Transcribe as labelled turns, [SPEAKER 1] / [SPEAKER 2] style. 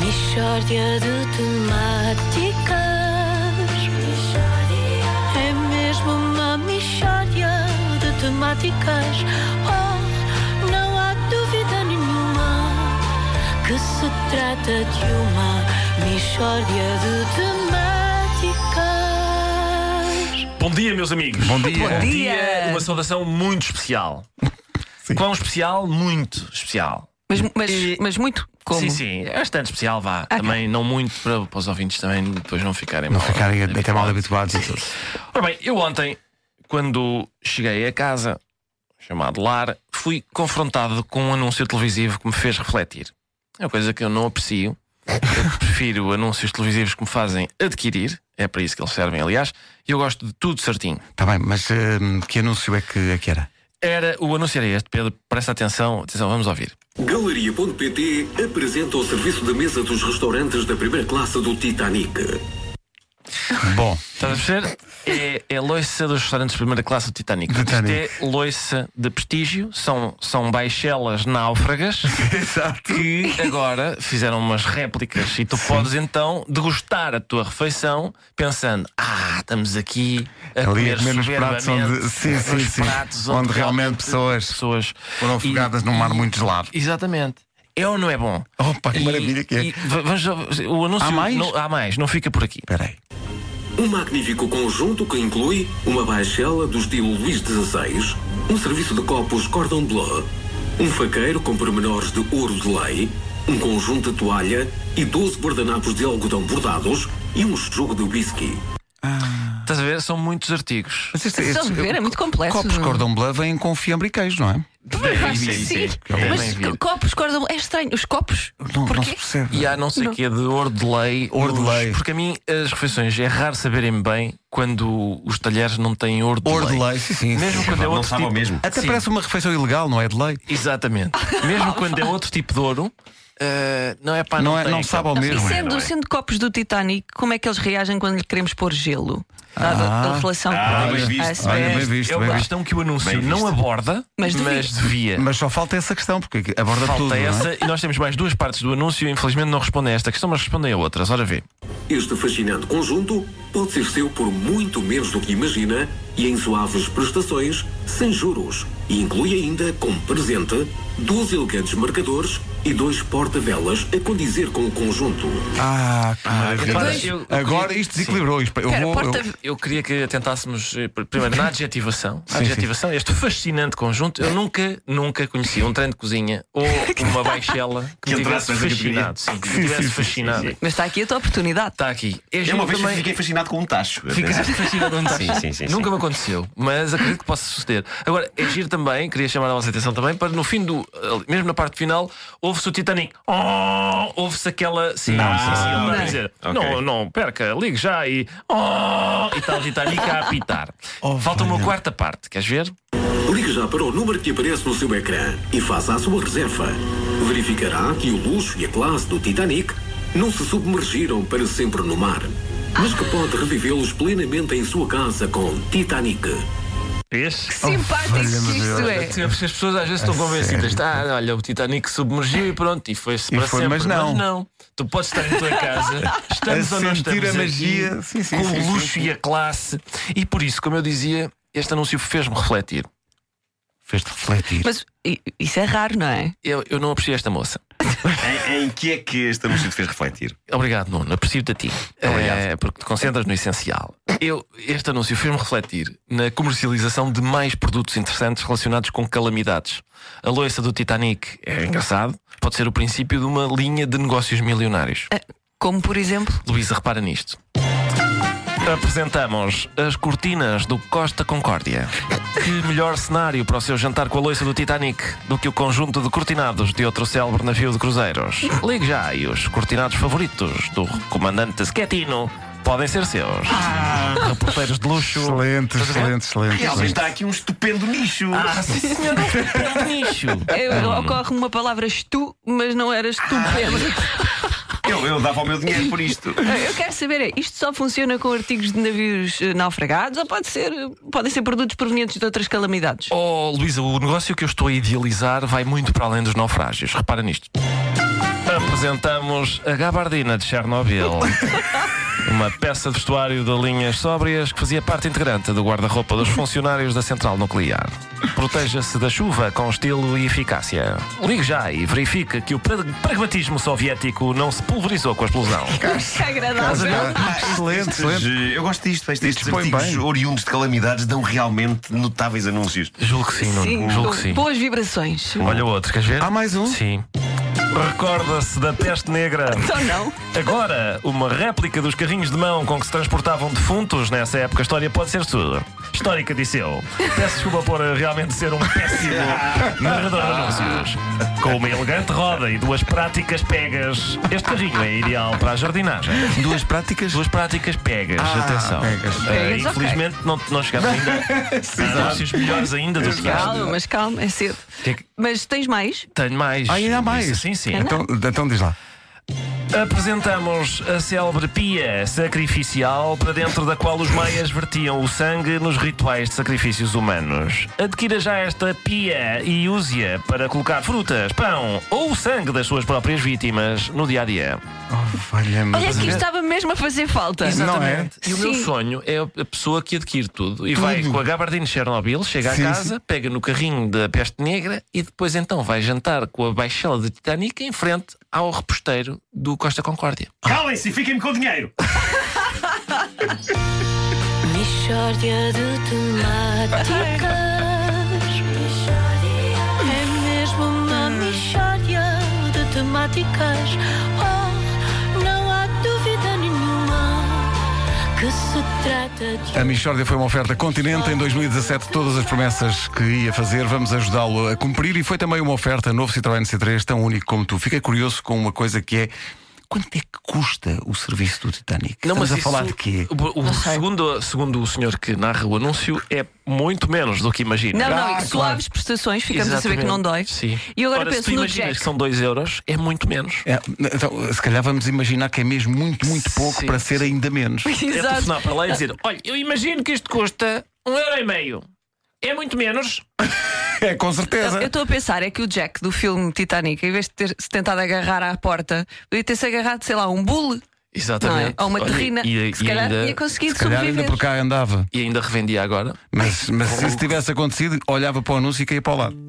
[SPEAKER 1] Mistória de temáticas. É mesmo uma mistória de temáticas. Oh, não há dúvida nenhuma que se trata de uma mistória de temáticas.
[SPEAKER 2] Bom dia, meus amigos.
[SPEAKER 3] Bom dia.
[SPEAKER 2] Bom dia. Uma saudação muito especial. Quão especial? Muito especial.
[SPEAKER 4] Mas, mas, mas muito? Como?
[SPEAKER 2] Sim, sim, é bastante especial, vá. também não muito para, para os ouvintes também depois não ficarem
[SPEAKER 3] Não
[SPEAKER 2] mal.
[SPEAKER 3] ficarem até mal habituados a tudo.
[SPEAKER 2] Ora bem, eu ontem, quando cheguei a casa, chamado Lar, fui confrontado com um anúncio televisivo que me fez refletir. É uma coisa que eu não aprecio. Eu prefiro anúncios televisivos que me fazem adquirir, é para isso que eles servem, aliás, e eu gosto de tudo certinho.
[SPEAKER 3] Está bem, mas hum, que anúncio é que, é que era?
[SPEAKER 2] Era o anúncio era este, Pedro, presta atenção, atenção, vamos ouvir.
[SPEAKER 5] Galeria.pt apresenta o serviço de mesa dos restaurantes da primeira classe do Titanic.
[SPEAKER 3] Bom,
[SPEAKER 2] Estás a perceber? É, é loiça dos restaurantes de primeira classe do Titanic. Portanto, Isto é loiça de prestígio, são, são baixelas náufragas que agora fizeram umas réplicas e tu podes então degustar a tua refeição pensando: ah, estamos aqui a
[SPEAKER 3] ali
[SPEAKER 2] comer
[SPEAKER 3] a comer nos pratos onde,
[SPEAKER 2] soberbamente,
[SPEAKER 3] sim, sim,
[SPEAKER 2] nos
[SPEAKER 3] sim,
[SPEAKER 2] pratos
[SPEAKER 3] onde realmente pessoas
[SPEAKER 2] pessoas
[SPEAKER 3] foram
[SPEAKER 2] E-
[SPEAKER 3] afogadas num mar muito gelado.
[SPEAKER 2] Exatamente. É ou não é bom?
[SPEAKER 3] Opa, que
[SPEAKER 2] E-
[SPEAKER 3] maravilha que é.
[SPEAKER 2] e va- vamos, o anúncio
[SPEAKER 3] Há mais?
[SPEAKER 2] Não, há mais, não fica por aqui.
[SPEAKER 3] Espera aí.
[SPEAKER 5] Um magnífico conjunto que inclui uma baixela do estilo Luís XVI, um serviço de copos cordon bleu, um faqueiro com pormenores de ouro de lei, um conjunto de toalha e 12 guardanapos de algodão bordados e um jogo de whisky.
[SPEAKER 2] Estás a ver? São muitos artigos.
[SPEAKER 3] Mas este-
[SPEAKER 4] Estás a
[SPEAKER 3] estes-
[SPEAKER 4] ver? É muito complexo.
[SPEAKER 3] Copos
[SPEAKER 4] não?
[SPEAKER 3] cordon bleu vêm com fiambre e queijo, não é?
[SPEAKER 4] Mas acho que sim.
[SPEAKER 2] Devem
[SPEAKER 4] Mas
[SPEAKER 2] vir.
[SPEAKER 4] co- copos, cordão. É estranho. Os copos?
[SPEAKER 3] Não, não se
[SPEAKER 4] Porquê?
[SPEAKER 3] percebe.
[SPEAKER 2] E há não sei o que é de ordelei.
[SPEAKER 3] Ordelei.
[SPEAKER 2] Porque a mim as refeições é raro saberem bem quando os talheres não têm ordelei.
[SPEAKER 3] Ordelei, sim, sim.
[SPEAKER 2] Mesmo quando é outro
[SPEAKER 6] sabe ao
[SPEAKER 2] tipo...
[SPEAKER 6] mesmo.
[SPEAKER 3] Até
[SPEAKER 2] Sim,
[SPEAKER 3] parece uma refeição ilegal, não é? De lei.
[SPEAKER 2] Exatamente. Mesmo quando é outro tipo de ouro, eh, não é para
[SPEAKER 3] Não,
[SPEAKER 2] não,
[SPEAKER 3] é,
[SPEAKER 2] tem
[SPEAKER 3] não
[SPEAKER 2] aquele-
[SPEAKER 3] sabe ao
[SPEAKER 4] E
[SPEAKER 3] mesmo.
[SPEAKER 4] sendo, sendo copos do Titanic, como é que eles reagem quando lhe queremos pôr gelo? Dada a relação
[SPEAKER 6] Ah,
[SPEAKER 4] com
[SPEAKER 6] bem visto.
[SPEAKER 4] as
[SPEAKER 3] Olha,
[SPEAKER 4] pessoas.
[SPEAKER 3] bem visto,
[SPEAKER 2] É
[SPEAKER 3] bem
[SPEAKER 2] uma
[SPEAKER 3] visto.
[SPEAKER 2] questão que o anúncio
[SPEAKER 6] Bem visto.
[SPEAKER 2] não aborda,
[SPEAKER 4] Mas
[SPEAKER 2] mas
[SPEAKER 4] devia.
[SPEAKER 2] devia.
[SPEAKER 3] Mas só falta essa questão, porque aborda
[SPEAKER 2] Falta
[SPEAKER 3] tudo. não é?
[SPEAKER 2] essa, e nós temos mais duas partes do anúncio. Infelizmente não respondem a esta questão, mas respondem a outras. Ora, vê.
[SPEAKER 5] Este fascinante conjunto pode ser seu por muito menos do que imagina e em suaves prestações, sem juros. E inclui ainda, como presente, 12 elegantes marcadores e dois porta-velas a condizer com o conjunto.
[SPEAKER 3] Ah, que
[SPEAKER 2] Repara,
[SPEAKER 3] maravilha.
[SPEAKER 2] eu-
[SPEAKER 3] Agora isto desequilibrou. isto- Eu
[SPEAKER 4] Espera,
[SPEAKER 3] vou, eu-
[SPEAKER 4] porta.
[SPEAKER 2] Eu queria que tentássemos eh, pr- primeiro na adjetivação. A
[SPEAKER 3] Sim,
[SPEAKER 2] adjetivação, este fascinante conjunto, eu nunca, nunca conheci um trem de cozinha ou uma baixela que, me
[SPEAKER 6] entrasse
[SPEAKER 2] tivesse
[SPEAKER 6] nessa
[SPEAKER 2] fascinado. Sim, que me tivesse fascinado.
[SPEAKER 4] Mas está aqui a tua oportunidade.
[SPEAKER 2] Está aqui. É
[SPEAKER 6] Eu
[SPEAKER 2] giro
[SPEAKER 6] uma vez
[SPEAKER 2] também-
[SPEAKER 6] fiquei fascinado com um tacho.
[SPEAKER 2] Ficaste fascinado quando estás.
[SPEAKER 6] sim, sim, sim.
[SPEAKER 2] Nunca me aconteceu, mas acredito que possa suceder. Agora, é giro também, queria chamar a vossa atenção também, para no fim do. ali- mesmo na parte final, ouve-se o Titanic. Oh, ouve-se aquela. Sim, não, sim, sim, ele vai
[SPEAKER 6] ok.
[SPEAKER 2] dizer,
[SPEAKER 6] Ok.
[SPEAKER 2] não, não, perca, ligue já e. Oh, e está o Titanic a apitar.
[SPEAKER 3] Oh,
[SPEAKER 2] Falta uma
[SPEAKER 3] valha.
[SPEAKER 2] quarta parte, queres ver?
[SPEAKER 5] Ligue já para o número que aparece no seu ecrã e faça a sua reserva. Verificará que o luxo e a classe do Titanic não se submergiram para sempre no mar, mas que pode revivê-los plenamente em sua casa com Titanic.
[SPEAKER 2] Este.
[SPEAKER 4] Simpático
[SPEAKER 3] valha-me
[SPEAKER 4] que isto
[SPEAKER 3] Oh, Deus.
[SPEAKER 4] é.
[SPEAKER 2] Sim, porque as pessoas às vezes estão convencidas. Ah, olha, o Titanic submergiu e pronto, e foi-se
[SPEAKER 3] E
[SPEAKER 2] para
[SPEAKER 3] foi,
[SPEAKER 2] sempre.
[SPEAKER 3] mas não.
[SPEAKER 2] Tu podes estar em tua casa, estamos
[SPEAKER 3] A
[SPEAKER 2] ou não
[SPEAKER 3] sentir
[SPEAKER 2] estamos
[SPEAKER 3] a
[SPEAKER 2] aqui,
[SPEAKER 3] magia. Sim, sim,
[SPEAKER 2] com
[SPEAKER 3] sim, sim,
[SPEAKER 2] o luxo e a classe. E por isso, como eu dizia, este anúncio fez-me refletir.
[SPEAKER 3] Fez-te refletir.
[SPEAKER 4] Mas i- isso é raro, não é?
[SPEAKER 2] Eu, eu não aprecio esta moça.
[SPEAKER 6] Em, em que é que este anúncio te fez refletir?
[SPEAKER 2] Obrigado, Nuno. Aprecio-te a ti.
[SPEAKER 6] Obrigado.
[SPEAKER 2] É, porque te concentras no essencial. Eu, este anúncio fez-me refletir na comercialização de mais produtos interessantes relacionados com calamidades. A loiça do Titanic é engraçado. Pode ser o princípio de uma linha de negócios milionários.
[SPEAKER 4] Ah, Como por exemplo.
[SPEAKER 2] Luísa, repara nisto. Apresentamos as cortinas do Costa Concórdia. Que melhor cenário para o seu jantar com a loiça do Titanic do que o conjunto de cortinados de outro célebre navio de cruzeiros? Ligue já e os cortinados favoritos do comandante Schettino podem ser seus. Reporteiros de luxo.
[SPEAKER 3] Excelente, excelente, excelente.
[SPEAKER 6] Realmente
[SPEAKER 3] excelente.
[SPEAKER 6] está aqui um estupendo nicho.
[SPEAKER 2] Ah, sim, senhor, é um nicho.
[SPEAKER 4] eu- Ocorre-me uma palavra estu, mas não eras tu, Pedro.
[SPEAKER 6] Eu, eu dava o meu dinheiro por isto.
[SPEAKER 3] Ah.
[SPEAKER 4] Eu quero saber, é, isto só funciona com artigos de navios eh, naufragados ou pode ser, eh, podem ser produtos provenientes de outras calamidades?
[SPEAKER 2] Oh, Luísa, o negócio que eu estou a idealizar vai muito para além dos naufrágios. Repara nisto. apresentamos a gabardina de Chernobyl. Uma peça de vestuário de linhas sóbrias que fazia parte integrante do guarda-roupa dos funcionários da central nuclear. Proteja-se da chuva com estilo e eficácia. Ligue já e verifique que o pra- pragmatismo soviético não se pulverizou com a explosão.
[SPEAKER 4] Que agradável.
[SPEAKER 3] Excelente,
[SPEAKER 6] Estes,
[SPEAKER 3] excelente.
[SPEAKER 6] eh, eu gosto disto. Estes, estes
[SPEAKER 3] põe
[SPEAKER 6] artigos
[SPEAKER 3] bem.
[SPEAKER 6] oriundos de calamidades dão realmente notáveis anúncios.
[SPEAKER 2] Julgo que sim, Nuno.
[SPEAKER 4] Sim,
[SPEAKER 2] Julgo
[SPEAKER 4] com
[SPEAKER 2] que sim.
[SPEAKER 4] boas vibrações.
[SPEAKER 2] Olha o outro, queres ver?
[SPEAKER 3] Há mais um?
[SPEAKER 2] Sim. Recorda-se da peste negra.
[SPEAKER 4] Então não.
[SPEAKER 2] Agora, uma réplica dos carrinhos de mão com que se transportavam defuntos nessa época, a história pode ser sua. Histórica disse eu. Peço desculpa por eh, realmente ser um péssimo narrador de anúncios. Com uma elegante roda e duas práticas pegas, este carrinho é ideal para a jardinagem.
[SPEAKER 3] Duas práticas?
[SPEAKER 2] Duas práticas pegas,
[SPEAKER 3] Ah,
[SPEAKER 2] atenção.
[SPEAKER 3] pegas.
[SPEAKER 2] Eh,
[SPEAKER 4] Pegas, ok.
[SPEAKER 2] infelizmente não, não chegaste ainda a anúncios melhores ainda do que este.
[SPEAKER 4] Calma, mas calma, é cedo.
[SPEAKER 2] Que é que-
[SPEAKER 4] Mas tens mais?
[SPEAKER 2] Tenho mais.
[SPEAKER 3] Ah, ainda há mais?
[SPEAKER 2] Sim, sim.
[SPEAKER 3] Então, então diz lá.
[SPEAKER 2] Apresentamos a célebre pia sacrificial para dentro da qual os maias vertiam o sangue nos rituais de sacrifícios humanos. Adquira já esta pia e use-a para colocar frutas, pão ou o sangue das suas próprias vítimas no dia a dia.
[SPEAKER 3] Oh, valha-me.
[SPEAKER 2] é
[SPEAKER 4] Olha, é que estava mesmo a fazer falta.
[SPEAKER 3] Não é?
[SPEAKER 2] E o meu
[SPEAKER 4] Sim.
[SPEAKER 2] sonho é a pessoa que adquire tudo e vai
[SPEAKER 3] Tudo.
[SPEAKER 2] com a gabardina de Chernobyl, chega
[SPEAKER 3] Sim,
[SPEAKER 2] à casa, pega no carrinho da peste negra e depois então vai jantar com a baixela de Titanic em frente ao reposteiro do Costa Concórdia.
[SPEAKER 6] Calem-se e fiquem-me com o dinheiro!
[SPEAKER 1] Mishória de temáticas É mesmo uma mishória de temáticas Oh, não há dúvida nenhuma Que se trata de
[SPEAKER 3] A Michórdia foi uma oferta Continente em 2017. Todas as promessas que ia fazer, vamos ajudá-lo a cumprir. E foi também uma oferta novo Citroën C3, tão único como tu. Fiquei curioso com uma coisa que é: quanto é que custa o serviço do Titanic? Estamos a
[SPEAKER 2] isso-
[SPEAKER 3] falar de quê?
[SPEAKER 2] O, o-
[SPEAKER 4] sei.
[SPEAKER 2] segundo, segundo o senhor que narra o anúncio, é muito menos do que imagina.
[SPEAKER 4] Não, não,
[SPEAKER 3] Ah,
[SPEAKER 4] e suaves prestações, ficamos a saber que não dói.
[SPEAKER 2] Sim.
[SPEAKER 4] E eu agora
[SPEAKER 2] Ora,
[SPEAKER 4] penso
[SPEAKER 2] se tu
[SPEAKER 4] no
[SPEAKER 2] imaginas
[SPEAKER 4] Jack.
[SPEAKER 2] que são 2 euros, é muito menos.
[SPEAKER 3] É, então, se calhar vamos imaginar que é mesmo muito, muito pouco
[SPEAKER 2] Sim,
[SPEAKER 3] para ser ainda menos.
[SPEAKER 2] É
[SPEAKER 4] Exato.
[SPEAKER 2] telefonar para lá e dizer: olha, eu imagino que isto custa um euro e meio. É muito menos.
[SPEAKER 3] É, com certeza.
[SPEAKER 4] Eu estou a pensar, é que o Jack do filme Titanic, em vez de ter se tentado agarrar à porta, podia ter-se agarrado, sei lá, a um bule, não é?
[SPEAKER 2] Exatamente.
[SPEAKER 4] Ou uma
[SPEAKER 2] Olha,
[SPEAKER 4] terrina.
[SPEAKER 2] E,
[SPEAKER 4] que se
[SPEAKER 2] e
[SPEAKER 4] calhar
[SPEAKER 2] ainda,
[SPEAKER 4] ia conseguir
[SPEAKER 3] Se calhar
[SPEAKER 4] sobreviver.
[SPEAKER 3] ainda por cá andava.
[SPEAKER 2] e ainda revendia agora.
[SPEAKER 3] Mas, mas se isso tivesse acontecido, olhava para o anúncio e caía para o lado.